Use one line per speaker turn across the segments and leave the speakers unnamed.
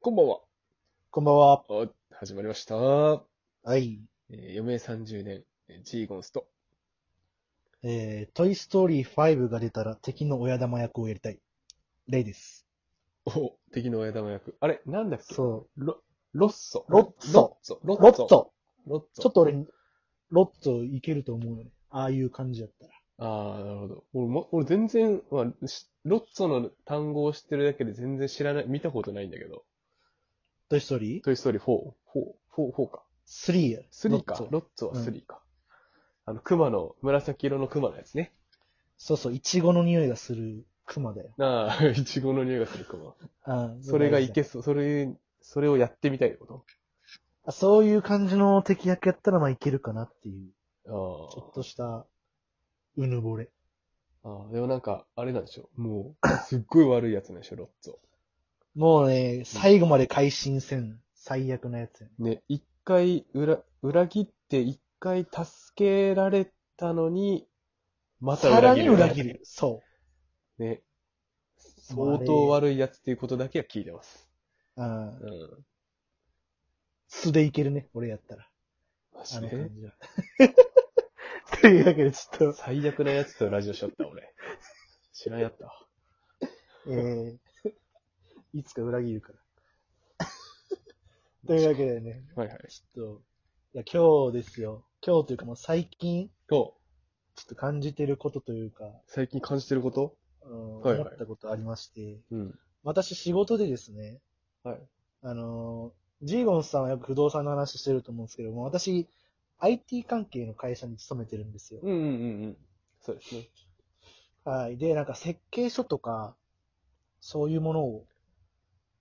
こんばんは。
こんばんは。
あ始まりました。え
はい。
ー、余命30年、えージーゴンスと。
えー、トイストーリー5が出たら敵の親玉役をやりたい。レイです。
お、敵の親玉役。あれ、なんだっけ
そ
ロ、ロッソ。
ロッソ。
ロ
う。ロ
ッ
ッ
ソ。
ト。
ロッソ。
ちょっと俺、ロットいけると思うよね。ああいう感じやったら。
ああ、なるほど。俺も、俺全然、まあ、しロッソの単語を知ってるだけで全然知らない、見たことないんだけど。
トイストーリー
トイストーリー4。4、4、4か。
3や。
3か
ロッ。ト
ロッソは3か。あの、熊の、紫色の熊のやつね。
そうそう、イチゴの匂いがするクマだよ。
なあ、イチゴの匂 いがする熊。
あー
それがいけそう。それ、それをやってみたいってこ
あそういう感じの敵役やったらまあいけるかなっていう。ちょ
と
っとした、うぬぼれ。
あーあー。でもなんか、あれなんでしょもう、 すっごい悪いやつなんでしょロッツォ。
もうね、最後まで会心せん。最悪なやつやね。
ね、一回裏、裏切って一回助けられたのに、また
さ
裏
ら
切
に
る。
裏切る。そう。
ね。相当悪いやつっていうことだけは聞いてます。
あ
う
ー
ん。
素でいけるね、俺やったら。
マ
あ
ジ
の
で
感じは。 というわけで、ちょっと、
最悪なやつとラジオしちゃった、俺。 知らんやったわ。
えー、いつか裏切るから。というわけでね、
はいはい。
ちょっと、いや、今日ですよ。今日というかもう最近、
と、
ちょっと感じてることというか、
最近感じてること
うん
はいはい
思ったことありまして、
うん。
私仕事でですね、
はい。
あのー、ジーゴンさんはよく不動産の話してると思うんですけども、私、IT 関係の会社に勤めてるんですよ。
うんうんうんうん。そうですね。
はい。で、なんか設計書とか、そういうものを、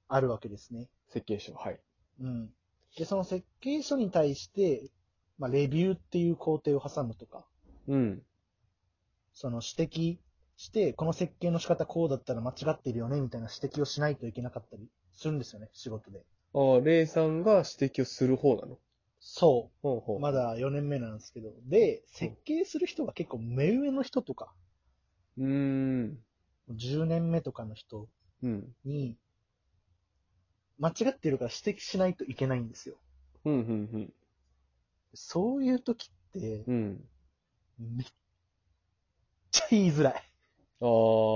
あるわけですね。
設計書、はい。
うん。で、その設計書に対して、まあ、レビューっていう工程を挟むとか、
うん。
その指摘して、この設計の仕方こうだったら間違ってるよね、みたいな指摘をしないといけなかったりするんですよね、仕事で。
ああ、レイさんが指摘をする方なの。
そ
ほうほ
う。まだ4年目なんですけど。で、設計する人が結構目上の人とか、
うーん。
10年目とかの人
うん。
に、間違ってるから指摘しないといけないんですよ。
うん、うん、
そういう時って、
うん。うん。
めっちゃ言いづらい。
ああ、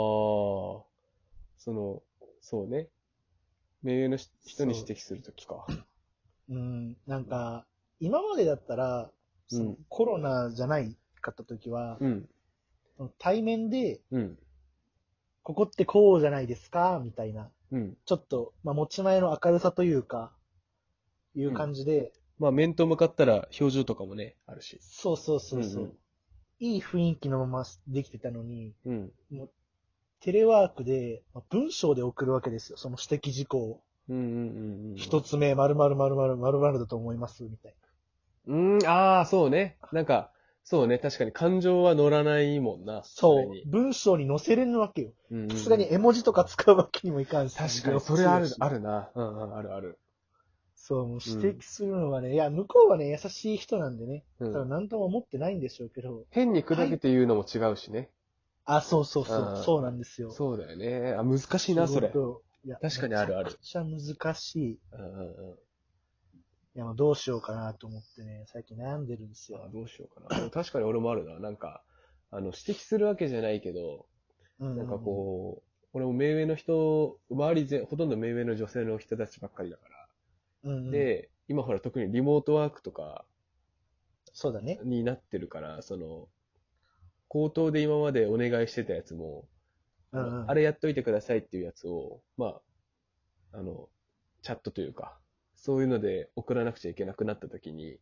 その、そうね。目上の人人に
そう
指摘するときか。
うん、なんか、今までだったら、
うん
そのコロナじゃないかった時は、
うん。
その対面で、
うん。
ここってこうじゃないですか、みたいな、
うん。
ちょっと、まあ、持ち前の明るさというか、いう感じで、
まあ、面と向かったら表情とかもね、あるし。
そうそうそうそう、
うんうん
いい雰囲気のままできてたのに、
うん。
テレワークで、まあ文章で送るわけですよ、その指摘事項を。
うんうんうんうん。
一つ目、〇〇〇〇〇〇だと思います、みたいな。
うーん、ああ、そうね。なんか、そうね。確かに感情は乗らないもんな。
そ
れ
う
に。
文章に載せれるわけよ。
うんうん
さすがに絵文字とか使うわけにもいかんし。
確かに、それある、あ
る。
るな。うんうん、あるある。
そう、
う
もう
ん
指摘するのはね、いや、向こうはね、優しい人なんでね。
う
た
ん
だ何とも思ってないんでしょうけど。
変に砕けて言うのも違うしね。
あ、そうそうそ
あー
う、そうなんですよ。
そうだよね。あ、難しいな、それ
仕。事。いや
確かにあるある
めちゃくちゃ難しい。い
うんうんうん。
や、もうどうしようかなと思ってね、最近悩んでるんです
あ
よ。
どうしようかな。確かに俺もあるな。なんか、あの、指摘するわけじゃないけど、
うん
なんかこう、俺も目上の人、周りぜほとんど目上の女性の人たちばっかりだか
うん、うん
ら。、で、今ほら特にリモートワークとか
そうだね。
になってるから、その、口頭で今までお願いしてたやつも、
うんうん
あれやっといてくださいっていうやつを、まあ、あの、チャットというか、そういうので送らなくちゃいけなくなった時に、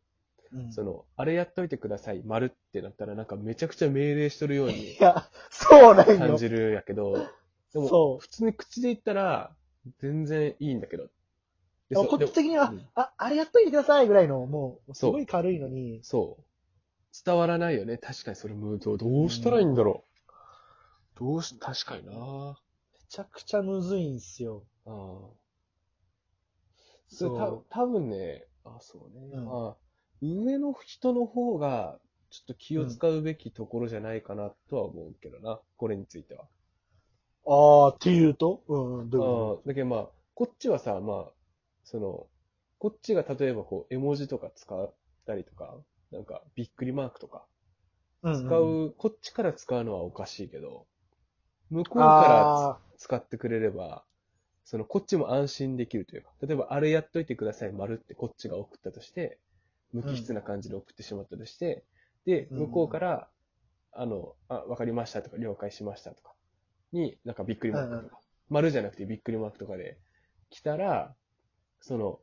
うん
その、あれやっといてください、丸ってなったら、なんかめちゃくちゃ命令しとるよう
い
に
や、そうなん
感
よ。
じるやけど、で
そ
も、
う
普通に口で言ったら、全然いいんだけど。で
あこっ
で
ち的には、
うん
あ、あれやっといてくださいぐらいの、もう、す
そう
ごい軽いのに、
そう。伝わらないよね。確かにそれも、どうどうしたらいいんだろう。どうし、確かにな
めちゃくちゃむずいんすよ。
うん。そ
そう
れた多分ね、あ、そうね、
うん
あ。上の人の方が、ちょっと気を使うべきところじゃないかなとは思うけどな、これについては。
あー、っていうとうんうん、どういうこ
ああだけどまあ、こっちはさ、まあ、その、こっちが例えばこう、絵文字とか使ったりとか、なんか、びっくりマークとか、
うん
使
ん
う、こっちから使うのはおかしいけど、向こうから
あ
つ使ってくれれば、その、こっちも安心できるというか、例えば、あれやっといてください、丸ってこっちが送ったとして、無機質な感じで送ってしまったとして、で、
うん
向こうから、あの、あ、わかりましたとか、了解しましたとか、に、なんかびっくりマークとか、丸じゃなくてびっくりマークとかで来たら、その、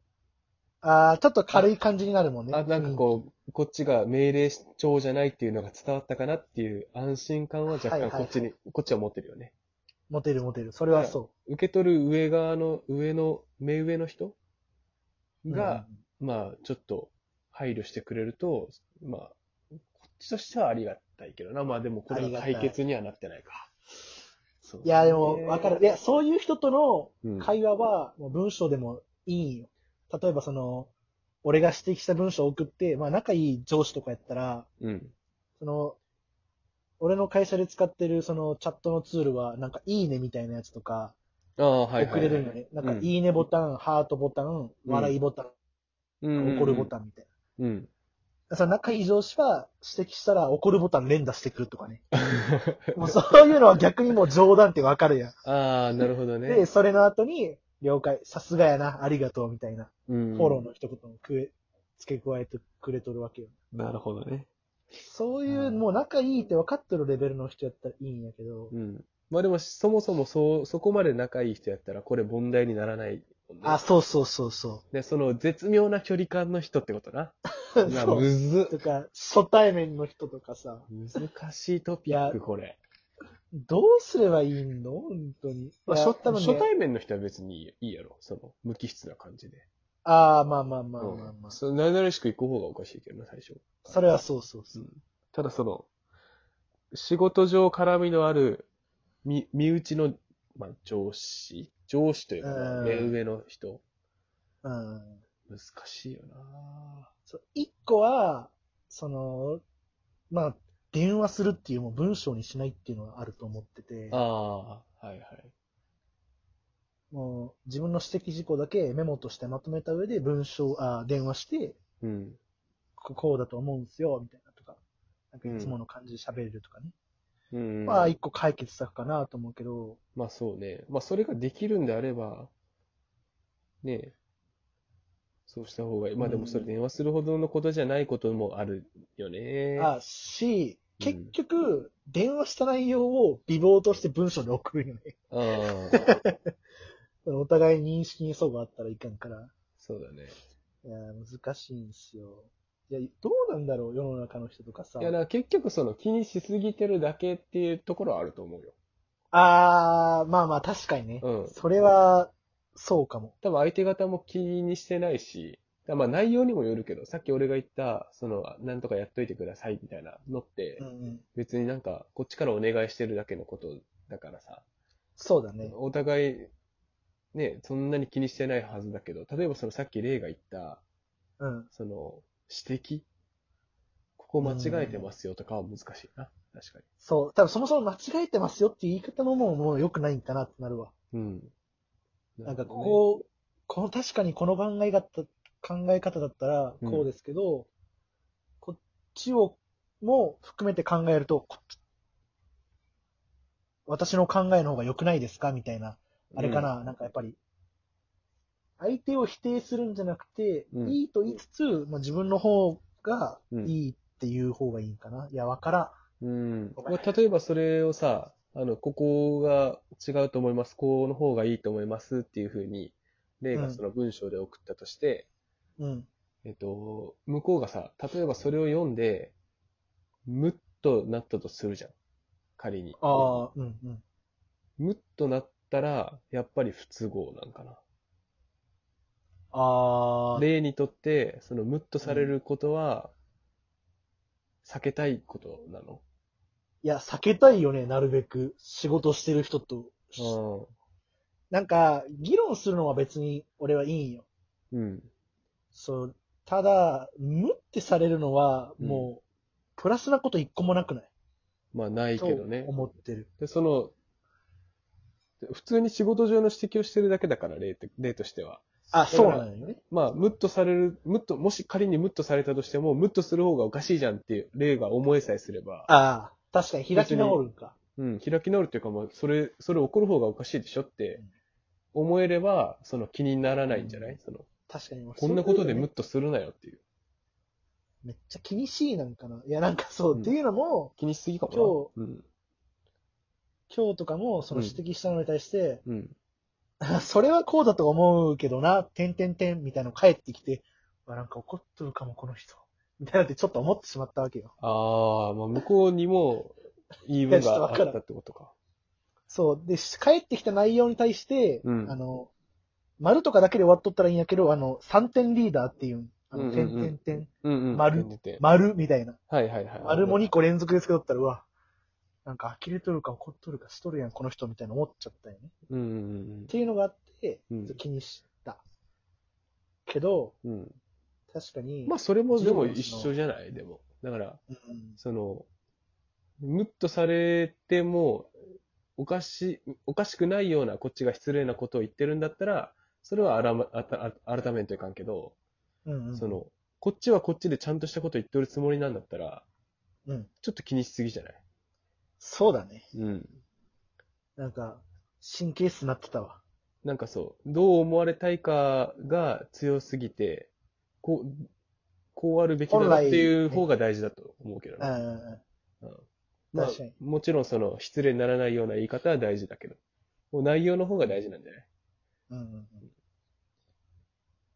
ーあー、ちょっと軽い感じになるもんね。
あ、なんかこう、こっちが命令帳じゃないっていうのが伝わったかなっていう安心感は若
はいは
干
いはい
こっちに、こっちは持ってるよね。
うん。モテるモテる。それはそ
受け取る上側の、上の、目上の人
う。
が、まあ、ちょっと配慮してくれると、まあ、こっちとしてはありがたいけどな。まあでもこれ
ありが
は
たい、
解決にはなってないか。そううん
いや、でも、わかる。いや、そういう人との
うん、
会話は、もう文章でもいいよ。例えばその、俺が指摘した文章を送って、まあ仲いい上司とかやったら、
うん。
その、俺の会社で使ってるそのチャットのツールは、なんかいいねみたいなやつとか、
ああ、はい、はい。
送れるんよね。なんかいいねボタン、ハートボタン、笑いボタン、
うん。
怒るボタンみたい
ン。うん。
な。その仲いい上司は指摘したら怒るボタン連打してくるとかね。 もうそういうのは逆にもう冗談ってわかるやん。
ああ、なるほどね。
で、それの後に、了解、さすがやな、ありがとうみたいな、
フ
フ
ォ
ォローの一言もくえ、付け加えてくれとるわけよ。
なるほどね。
そういう、
うん
もう仲いいって分かってるレベルの人やったらいいんやけど、
うん。まあでも、そもそもそう、そこまで仲いい人やったら、これ問題にならないもんね、
あ、そうそうそうそ
で、その絶妙な距離感の人ってことな。
う。
な
そう
むず
とか、初対面の人とかさ、
難しいトピック、これ。
どうすればいいの本当に。
まあ、
いや
初
多分ね
初対面の人は別にいいよいいやろ。その、無機質な感じで。
ああ、まあまあまあまあまあ。
うん。その、な々しく行く方がおかしいけどな、最初。
それはそうそうそう。
ただその、仕事上絡みのある、み、身内の、まあ、上司上司というか、まあ
うん
目上の人。
うん。
難しいよな
そう一個は、その、まあ、電話するっていうもう文章にしないっていうのはあると思ってて、
ああ、はいはい。
もう自分の指摘事項だけメモとしてまとめた上で文章、あ電話して、
うん。
ここうだと思うんすよ、みたいなとか、なんかいつもの感じで喋れるとかね。
うん
まあ、一個解決策かなと思うけど、
まあそうね。まあそれができるんであれば、ねえ、そうした方がいい。まあでもそれ
うん
電話するほどのことじゃないこともあるよね。
あし、
うん
結局、電話した内容を微々として文章に送るよね。
ああ、
お互い認識に相があったらいかんから。
そうだね。
いや、難しいんすよ。いや、どうなんだろう、世の中の人とかさ
い。や、だから結局その気にしすぎてるだけっていうところはあると思うよ。
あー、まあまあ、確かにね。
うん
それは、そうかも。
多分相手方も気にしてないし、まあ内容にもよるけど、さっき俺が言った、その、なんとかやっといてくださいみたいなのって、
うんうん。
別になんかこっちからお願いしてるだけのことだからさ。
そうだね。
お互い、ね、そんなに気にしてないはずだけど、例えばそのさっき例が言った、
うん。
その、指摘ここ間違えてますよとかは難しいな。確か
そう。多分そもそも間違えてますよっていう言い方ももう、もう良くないんかなってなるわ。
に。うん。
なんか、こ
う、
こ、この、確かにこの考え方、考え方だったら、こうですけど、こっちを、も含めて考えると、こっち私の考えの方が良くないですかみたいな。あれかな、なんかやっぱり、相手を否定するんじゃなくて、
うん
いいと言いつつ、まあ、自分の方が
うん
いいっていう方がいいんかな。いや、わからん。
うん。まあ例えばそれをさ、あの、ここが違うと思います。こうの方がいいと思いますっていうふうに、例がその文章で送ったとして、
うん。
えっと、向こうがさ、例えばそれを読んで、むっとなったとするじゃん。仮に。
ああ、うんうん。
むっとなったら、やっぱり不都合なんかな。
ああ、
例にとって、そのむっとされることは、避けたいことなの。
いや、避けたいよね、なるべく。仕事してる人と。なんか、議論するのは別に俺はいいんよ。
うん。
そう。ただ、無ってされるのは、
うん
もう、プラスなこと一個もなくない
まあ、ないけどね
と。思ってる。
で、その、普通に仕事上の指摘をしてるだけだから、例と例としては。
あ、そうなのよね。
まあ、ムッとされる、ムッと、もし仮にムッとされたとしても、ムッとする方がおかしいじゃんっていう例が思えさえすれば、
ああ、確かに開き直るんか。
うん、開き直るっていうか、まあ、それ、それ怒る方がおかしいでしょって思えれば、その気にならないんじゃない、
うん
その、
確かに。
こんなことでムッ
む
とするなよっていう。
めっちゃ気にしいなんかな。いや、なんかそう、
うん
っていうのも、
気にしすぎかもな。今
今日とかも、その
うん
指摘したのに対して、
日。うん。うん。
それはこうだと思うけどな、てんてんてんみたいなの返ってきて、うわなんか怒っとるかも、この人。みたいなってちょっと思ってしまったわけよ。
ああ、まあ、向こうにも言い分があったってことか。
そう。で、し返ってきた内容に対して、
うん
あの、丸とかだけで終わっとったらいいんやけど、あの、3点リーダーっていう、あ
うんうん
の、
う
て
ん
んてんてん、
うんうん。
丸
出て。
丸みたいな。
はいはいはい。
丸も2個連続でつけとったら、うわ、なんか呆れとるか怒っとるかしとるやん、この人みたいな思っちゃったよね。
うんうん
っていうのがあって、
うん
気にした。けど、
うんうん。
確かに、
まあ、それもでも一緒じゃないでも。だから、
うん
その、ムッとされても、おかし、おかしくないような、こっちが失礼なことを言ってるんだったら、それはあらま、あたあ改めんといかんけど、
うんうん、
その、こっちはこっちでちゃんとしたこと言ってるつもりなんだったら、
うん、
ちょっと気にしすぎじゃない
そうだね。
うん。
なんか、神経質になってたわ。
なんかそう、どう思われたいかが強すぎて、こう、こうあるべきだなっていう方が大事だと思うけど
う
ね。
んうんうん
まあ
確かに、
もちろんその失礼にならないような言い方は大事だけど、もう内容の方が大事なんじゃない
うんうんうん。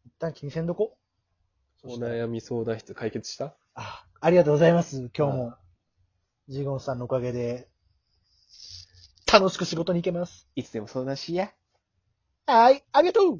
一旦気にせんどこ。そ
お
したら
悩み相談室解決した
あありがとうございます。今日も、ジゴンさんのおかげで、楽しく仕事に行けます。
いつでも相談しや。
はい、ありがとう